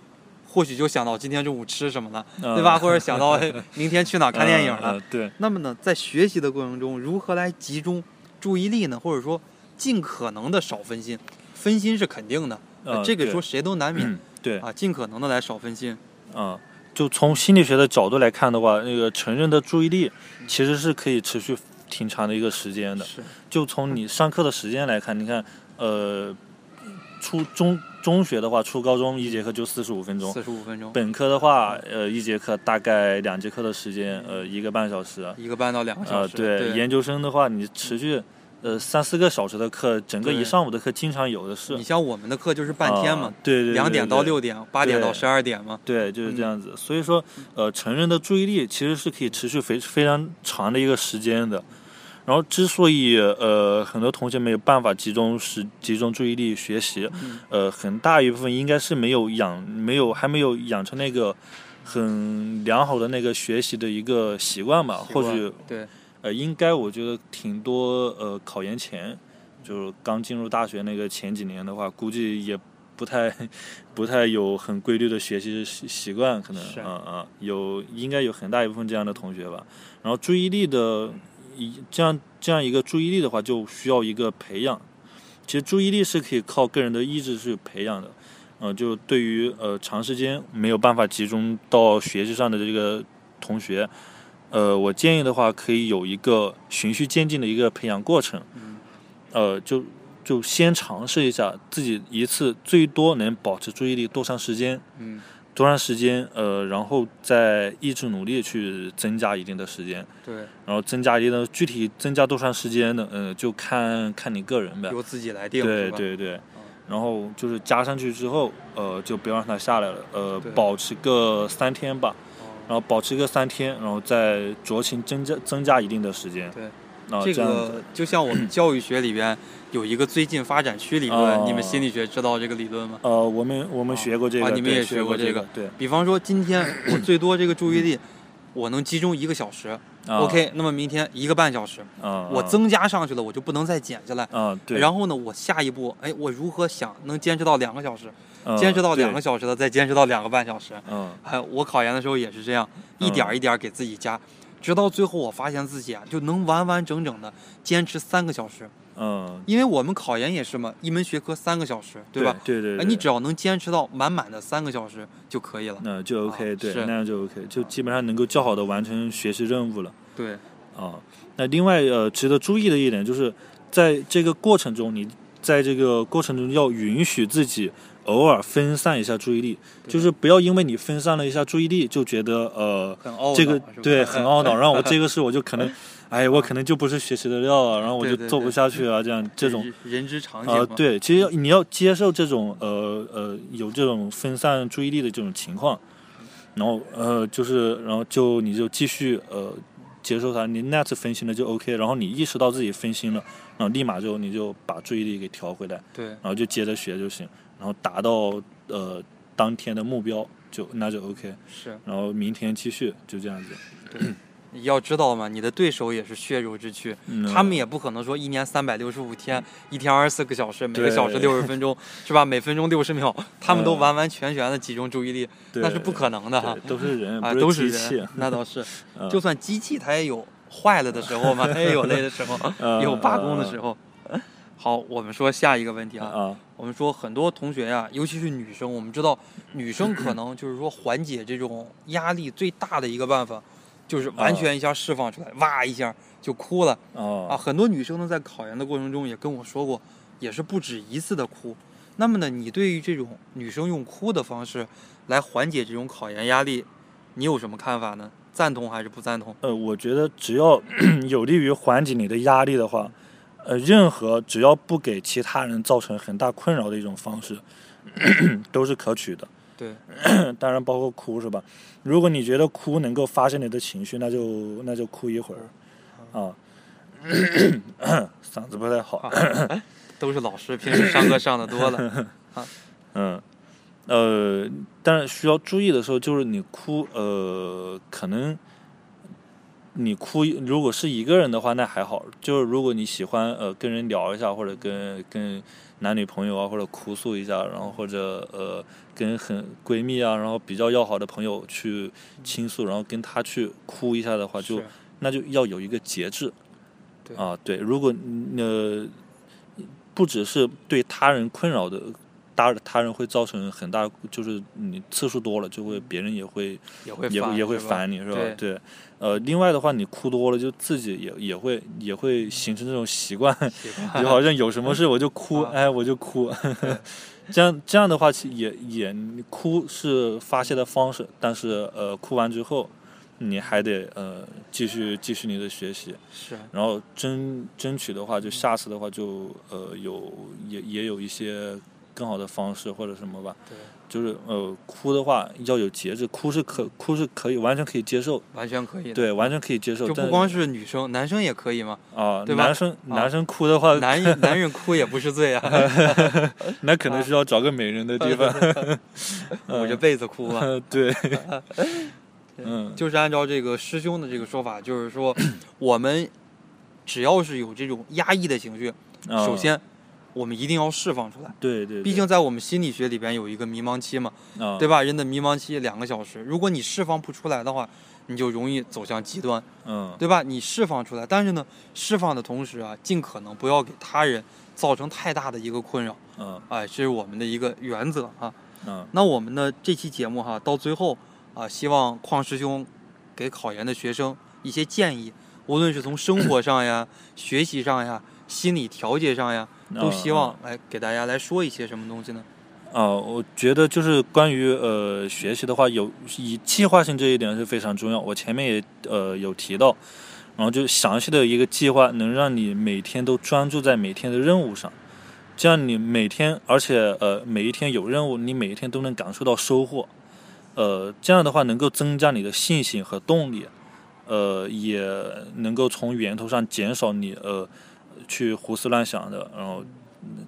S1: 或许就想到今天中午吃什么了，
S3: 啊
S1: 对吧？或者
S3: [laughs]
S1: 想到哎明天去哪儿看电影
S3: 啊
S1: 了。
S3: 啊对，
S1: 那么呢，在学习的过程中，如何来集中注意力呢？或者说，尽可能的少分心，分心是肯定的，呃
S3: 啊
S1: 这个
S3: 对
S1: 说谁都难免。
S3: 嗯对
S1: 啊，尽可能的来少分心。
S3: 啊，就从心理学的角度来看的话，那个成人的注意力其实是可以持续挺长的一个时间的。
S1: 嗯是，
S3: 就从你上课的时间来看，你看，呃，初中中学的话，初高中一节课就四十五分钟，
S1: 四十五分钟，
S3: 本科的话，呃，一节课大概两节课的时间，呃，一个半小时。啊、
S1: 一个半到两个小时。
S3: 呃对，研究生的话，你持续。呃，三四个小时的课，整个
S1: 对
S3: 一上午的课，经常有的是
S1: 你。像我们的课就是半天嘛
S3: 啊，对对对
S1: 两点到
S3: 对
S1: 六点，八点到
S3: 对
S1: 十二点嘛。
S3: 对，就是这
S1: 嗯
S3: 样子。所以说，呃，成人的注意力其实是可以持续非非常长的一个时间的。然后，之所以呃很多同学没有办法集中时集中注意力学习，
S1: 嗯
S3: 呃，很大一部分应该是没有养没有还没有养成那个很良好的那个学习的一个习惯吧。
S1: 习
S3: 或
S1: 惯
S3: 许
S1: 对，
S3: 呃，应该我觉得挺多呃，考研前就是刚进入大学那个前几年的话，估计也不太 [laughs] 不太有很规律的学习习习惯，可能
S1: 是
S3: 啊啊、有应该有很大一部分这样的同学吧。然后注意力的一这样这样一个注意力的话，就需要一个培养。其实注意力是可以靠个人的意志去培养的，呃，就对于呃长时间没有办法集中到学习上的这个同学，呃，我建议的话可以有一个循序渐进的一个培养过程，
S1: 嗯
S3: 呃，就就先尝试一下自己一次最多能保持注意力多长时间，
S1: 嗯，
S3: 多长时间，呃，然后再意志努力去增加一定的时间，
S1: 对，
S3: 然后增加一定的具体增加多长时间呢？呃，就看看你个人呗。
S1: 由自己来定，
S3: 对
S1: 是吧？
S3: 对对，然后就是加上去之后，呃，就不要让它下来了，呃
S1: 对，
S3: 保持个三天吧，然
S1: 哦
S3: 后保持个三天，然后再酌情增加增加一定的时间。
S1: 对
S3: 啊，
S1: 这
S3: 样子
S1: 个就像我
S3: [clears throat]
S1: 们教育学里边有一个最近发展区理论，你们
S3: 哦
S1: 心理学知道这个理论吗？
S3: 呃，我们我们学过这个，
S1: 啊你们
S3: 对
S1: 也学
S3: 学
S1: 过这
S3: 这
S1: 个
S3: 对
S1: 比方说今天我最多这个注意力，我能集中一个小时
S3: 啊
S1: ，OK，那么明天一个半小时，
S3: 啊，
S1: 我
S3: 啊
S1: 增加上去了，我就不能再减下来。
S3: 啊，对，
S1: 然后呢，我下一步，哎，我如何想能坚持到两个小时？
S3: 后
S1: 坚持到两个，小时的，再坚持到两个半小时。
S3: 嗯
S1: 哎，我考研的时候也是这样，一点儿一点儿给自己加，直到最后我发现自己啊，就能完完整整的坚持三个小时。
S3: 嗯，
S1: 因为我们考研也是嘛，一门学科三个小时，对吧？
S3: 对对
S1: 哎，
S3: 对，
S1: 你只要能坚持到满满的三个小时就可以了。
S3: 那就
S1: 啊
S3: OK，对，
S1: 是
S3: 那样就 OK，就基本上能够较好的完成学习任务了。
S1: 对，
S3: 啊。那另外呃，值得注意的一点就是，在这个过程中，你在这个过程中要允许自己偶尔分散一下注意力，
S1: 对
S3: 就是不要因为你分散了一下注意力就觉得呃
S1: 很懊恼
S3: 这个
S1: 是吧
S3: 对很懊恼，然后我这个事我就
S1: [laughs]
S3: 可能，哎，我可能就不是学习的料啊，然后我就
S1: 对对
S3: 做不
S1: 对
S3: 下去啊，这样这种。
S1: 人之常情
S3: 啊、
S1: 嘛。
S3: 对，其
S1: 嗯
S3: 实你要接受这种呃呃有这种分散注意力的这种情况，然后呃就是然后就你就继续呃接受它，你那次分心了就 OK，然后你意识到自己分心了，然后立马就你就把注意力给调回来，
S1: 对
S3: 然后就接着学就行，然后达到呃当天的目标就那就 OK，
S1: 是，
S3: 然后明天继续就这样子。
S1: 你要知道嘛，你的对手也是血肉之躯，
S3: 嗯、
S1: 他们也不可能说一年三百六十五天，一天二十四个小时，每个
S3: 对
S1: 小时六十分钟，是吧？每分钟六十秒，他们都
S3: 嗯
S1: 完完全全的集中注意力，
S3: 对
S1: 那是不可能的哈
S3: 对。都是人，
S1: 啊，
S3: 嗯不
S1: 都
S3: 机器
S1: 人。，那倒是，
S3: [laughs] 嗯
S1: 就算机器它也有坏了的时候嘛，它也有累的时候，
S3: 嗯
S1: 也有罢工的时候。好，我们说下一个问题啊，
S3: 啊，
S1: 我们说很多同学呀、尤其是女生，我们知道女生可能就是说缓解这种压力最大的一个办法，就是
S3: 嗯
S1: 完全一下释放出来，哇一下就哭了
S3: 哦
S1: 啊。很多女生呢在考研的过程中也跟我说过，也是不止一次的哭。那么呢，你对于这种女生用哭的方式来缓解这种考研压力，你有什么看法呢？赞同还是不赞同？
S3: 呃，我觉得只要 [clears throat] 有利于缓解你的压力的话，呃，任何只要不给其他人造成很大困扰的一种方式， [clears throat] 都是可取的。
S1: 对，
S3: 当然包括哭是吧？如果你觉得哭能够发泄你的情绪，那就那就哭一会儿，啊， [clears throat] 嗓子不太好，
S1: 都是老师，平时上课上的多
S3: [laughs]
S1: 了，
S3: 嗯，呃，但是需要注意的时候就是你哭，呃，可能你哭如果是一个人的话那还好，就是如果你喜欢呃跟人聊一下，或者跟跟男女朋友啊，或者哭诉一下，然后或者呃跟很闺蜜啊，然后比较要好的朋友去倾诉，然后跟他去哭一下的话，就是那就要有一个节制。
S1: 对
S3: 啊，对，如果你呃不只是对他人困扰的，他他人会造成很大，就是你次数多了，就会别人也会
S1: 也嗯会
S3: 也
S1: 烦
S3: 也会
S1: 是吧
S3: 烦你是吧？
S1: 对
S3: 呃，另外的话，你哭多了，就自己也也会也会形成这种习惯，
S1: 喜欢
S3: [laughs] 就好像有什么事我就哭，
S1: 啊
S3: 哎，我就哭。 [laughs] 这样这样的话，其也也你哭是发泄的方式，但是呃，哭完之后，你还得呃继续继续你的学习，
S1: 是
S3: 然后争争取的话，就下次的话就呃有也也有一些更好的方式或者什么吧。
S1: 对，
S3: 就是呃哭的话要有节制，哭是可哭是可以完全可以接受，
S1: 完全可以的。
S3: 对，完全可以接受。
S1: 就
S3: 但
S1: 不光是女生，男生也可以嘛。
S3: 啊、
S1: 对吧
S3: 男生男生哭的话，
S1: 男人男人哭也不是罪
S3: [laughs]
S1: 啊，
S3: 那可能是要找个美人的地方。
S1: 捂着被子哭啊。
S3: 呃 [laughs]
S1: [laughs]
S3: 对，嗯，
S1: 就是按照这个师兄的这个说法，就是说我们只要是有这种压抑的情绪，
S3: 啊
S1: 首先我们一定要释放出来。
S3: 对对，对
S1: 毕竟在我们心理学里边有一个迷茫期嘛，
S3: 啊，
S1: 对吧？人的迷茫期两个小时，如果你释放不出来的话，你就容易走向极端，
S3: 嗯，
S1: 对吧？你释放出来，但是呢，释放的同时啊，尽可能不要给他人造成太大的一个困扰。
S3: 嗯
S1: 哎，这是我们的一个原则啊。
S3: 嗯
S1: 那我们的这期节目哈，到最后啊，希望邝师兄给考研的学生一些建议，无论是从生活上呀、 [clears throat] 学习上呀、心理调节上呀，都
S3: 嗯
S1: 希望来给大家来说一些什么东西呢？
S3: 啊，我觉得就是关于呃学习的话，有以计划性这一点是非常重要。我前面也呃有提到，然后就详细的一个计划，能让你每天都专注在每天的任务上，这样你每天，而且呃每一天有任务，你每一天都能感受到收获。呃，这样的话能够增加你的信心和动力，呃，也能够从源头上减少你呃去胡思乱想的，然后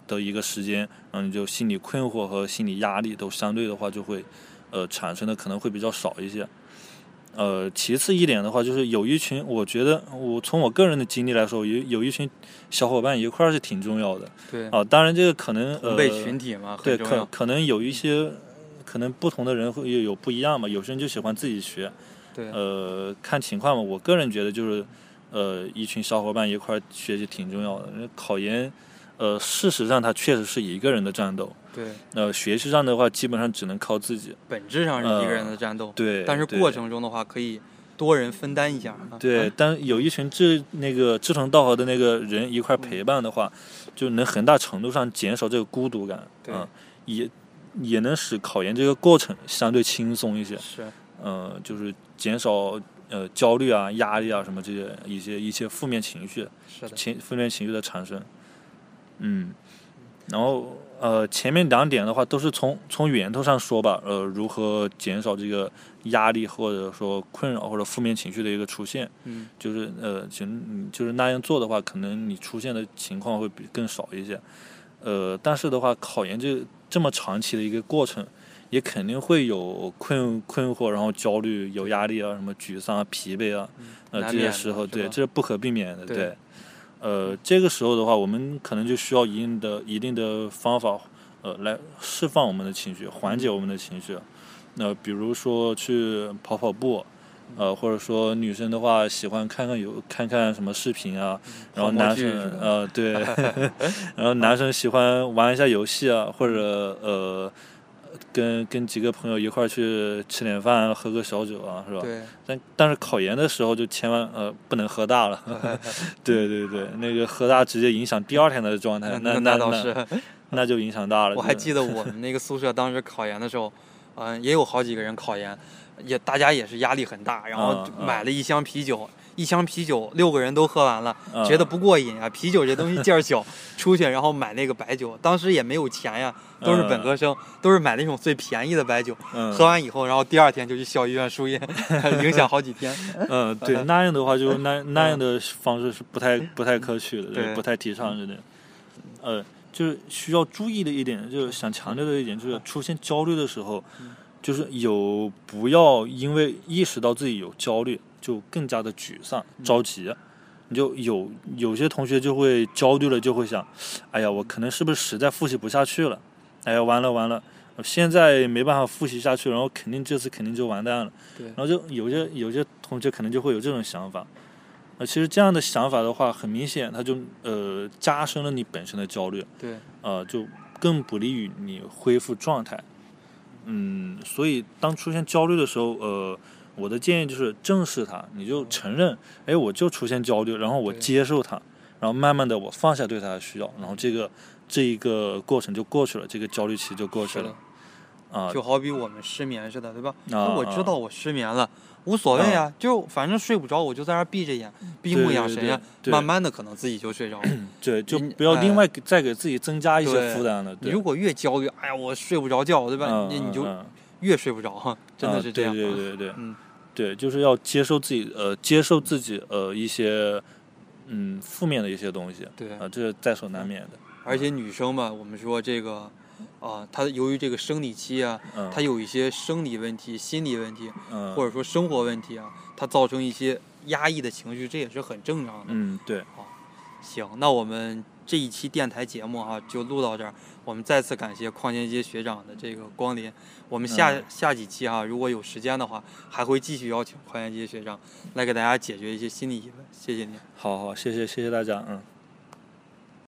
S3: 的一个时间，然后你就心理困惑和心理压力都相对的话就会，呃，产生的可能会比较少一些。呃，其次一点的话，就是有一群，我觉得我从我个人的经历来说，有有一群小伙伴一块儿是挺重要的
S1: 对，
S3: 啊。当然，这个可能呃
S1: 同辈群体嘛，
S3: 对，
S1: 很重
S3: 可
S1: 要。
S3: 可能有一些，可能不同的人会有有不一样嘛。有些人就喜欢自己学，
S1: 对，
S3: 呃，看情况吧。我个人觉得就是，呃，一群小伙伴一块儿学习挺重要的。因为考研，呃，事实上它确实是一个人的战斗。
S1: 对，
S3: 呃，学习上的话，基本上只能靠自己。
S1: 本质上是一个人的战斗，
S3: 呃对，
S1: 但是
S3: 对
S1: 过。程中的话，可以多人分担一下啊。
S3: 对，但有一群志那个志同道合的那个人一块儿陪伴的话，就能很大程度上减少这个孤独感。嗯
S1: 对
S3: 啊也也能使考研这个过程相对轻松一些。
S1: 是，
S3: 嗯、就是减少呃焦虑啊、压力啊什么这些一些一些负面情绪。
S1: 是的，
S3: 情负面情绪的产生。嗯，然后呃，前面两点的话都是从从源头上说吧，呃，如何减少这个压力或者说困扰或者负面情绪的一个出现，
S1: 嗯，
S3: 就是呃，其实你就是那样做的话，可能你出现的情况会比更少一些。呃，但是的话，考研这这么长期的一个过程，也肯定会有困困惑，然后焦虑、有压力啊，什么沮丧、啊、疲惫啊，呃，
S1: 难
S3: 这些
S1: 免
S3: 时
S1: 的
S3: 候，
S1: 是
S3: 对，
S1: 吧
S3: 这是不可避免的，
S1: 对
S3: 对。呃，这个时候的话，我们可能就需要一定的一定的方法，呃，来释放我们的情绪，缓
S1: 嗯
S3: 解我们的情绪。那、比如说去跑跑步，呃，或者说女生的话喜欢看看有看看什么视频啊，然后
S1: 泡沫
S3: 男
S1: 剧
S3: 生
S1: 是吧
S3: 呃
S1: [laughs]
S3: 对，然后男生喜欢玩一下游戏啊，或者呃。跟跟几个朋友一块儿去吃点饭，喝个小酒啊，是吧？
S1: 对，
S3: 但但是考研的时候就千万呃不能喝大了，
S1: [laughs]
S3: 对对对，那个喝大直接影响第二天的状态，那
S1: 那
S3: 那
S1: 倒是。
S3: 那就影响大了。
S1: 我还
S3: 对
S1: 记得我们那个宿舍当时考研的时候，嗯、也有好几个人考研，也大家也是压力很大，然后
S3: 嗯
S1: 就
S3: 嗯
S1: 买了一箱啤酒，一箱啤酒六个人都喝完了，
S3: 嗯
S1: 觉得不过瘾啊，啤酒这东西劲儿小， [laughs] 出去然后买那个白酒，当时也没有钱呀，都是本
S3: 嗯
S1: 科生，都是买那种最便宜的白酒，
S3: 嗯
S1: 喝完以后，然后第二天就去校医院输液， [laughs] 影响好几
S3: [laughs]
S1: 天。
S3: 嗯，对，那样的话就那那样的方式是不太不太可取的，
S1: 对
S3: 不太提倡的。对呃，就是需要注意的一点，就是想强调的一点，就是出现焦虑的时候，就是有不要因为意识到自己有焦虑就更加的沮丧、着急。你就有有些同学就会焦虑了，就会想，哎呀，我可能是不是实在复习不下去了？哎呀，完了完了，我现在没办法复习下去，然后肯定这次肯定就完蛋了。
S1: 对
S3: 然后就有些有些同学可能就会有这种想法。呃，其实这样的想法的话，很明显，它就呃加深了你本身的焦虑，
S1: 对，
S3: 呃，就更不利于你恢复状态。嗯，所以当出现焦虑的时候，呃，我的建议就是正视它，你就承认，哎，我就出现焦虑，然后我
S1: 对
S3: 接受它，然后慢慢的我放下对它的需要，然后这个这一个过程就过去了，这个焦虑期就过
S1: 是
S3: 去了
S1: 的。，
S3: 哦啊，
S1: 就好比我们失眠似的，对吧？
S3: 啊
S1: 那我知道我失眠了，无所谓啊，就反正睡不着，我就在那儿闭着眼，闭目养神呀，
S3: 嗯对对对
S1: 慢慢的可能自己就睡
S3: [clears throat]
S1: 着了。
S3: 对，就
S1: 你
S3: 不要另
S1: 哎
S3: 外给再给自己增加一些
S1: 对
S3: 负担了。
S1: 你
S3: 对，
S1: 如果越焦虑，哎呀，我睡不着觉，对吧？
S3: 嗯
S1: 你你就
S3: 嗯嗯
S1: 越睡不着，真的
S3: 啊
S1: 是这样。
S3: 对对对对，
S1: 嗯，
S3: 对，就是要接受自己呃，接受自己呃一些嗯负面的一些东西啊、
S1: 对嗯
S3: 这是在所难免的。
S1: 而且女生嘛，我们说这个，啊，她由于这个生理期啊，
S3: 嗯，
S1: 她有一些生理问题、心理问题，
S3: 嗯
S1: 或者说生活问题啊，她造成一些压抑的情绪，这也是很正常的。
S3: 嗯对，
S1: 行，那我们这一期电台节目哈、就录到这儿。我们再次感谢矿泉街学长的这个光临。我们下、
S3: 嗯
S1: 下几期哈、如果有时间的话，还会继续邀请矿泉街学长来给大家解决一些心理疑问。谢谢您。
S3: 好好，谢谢谢谢大家，嗯。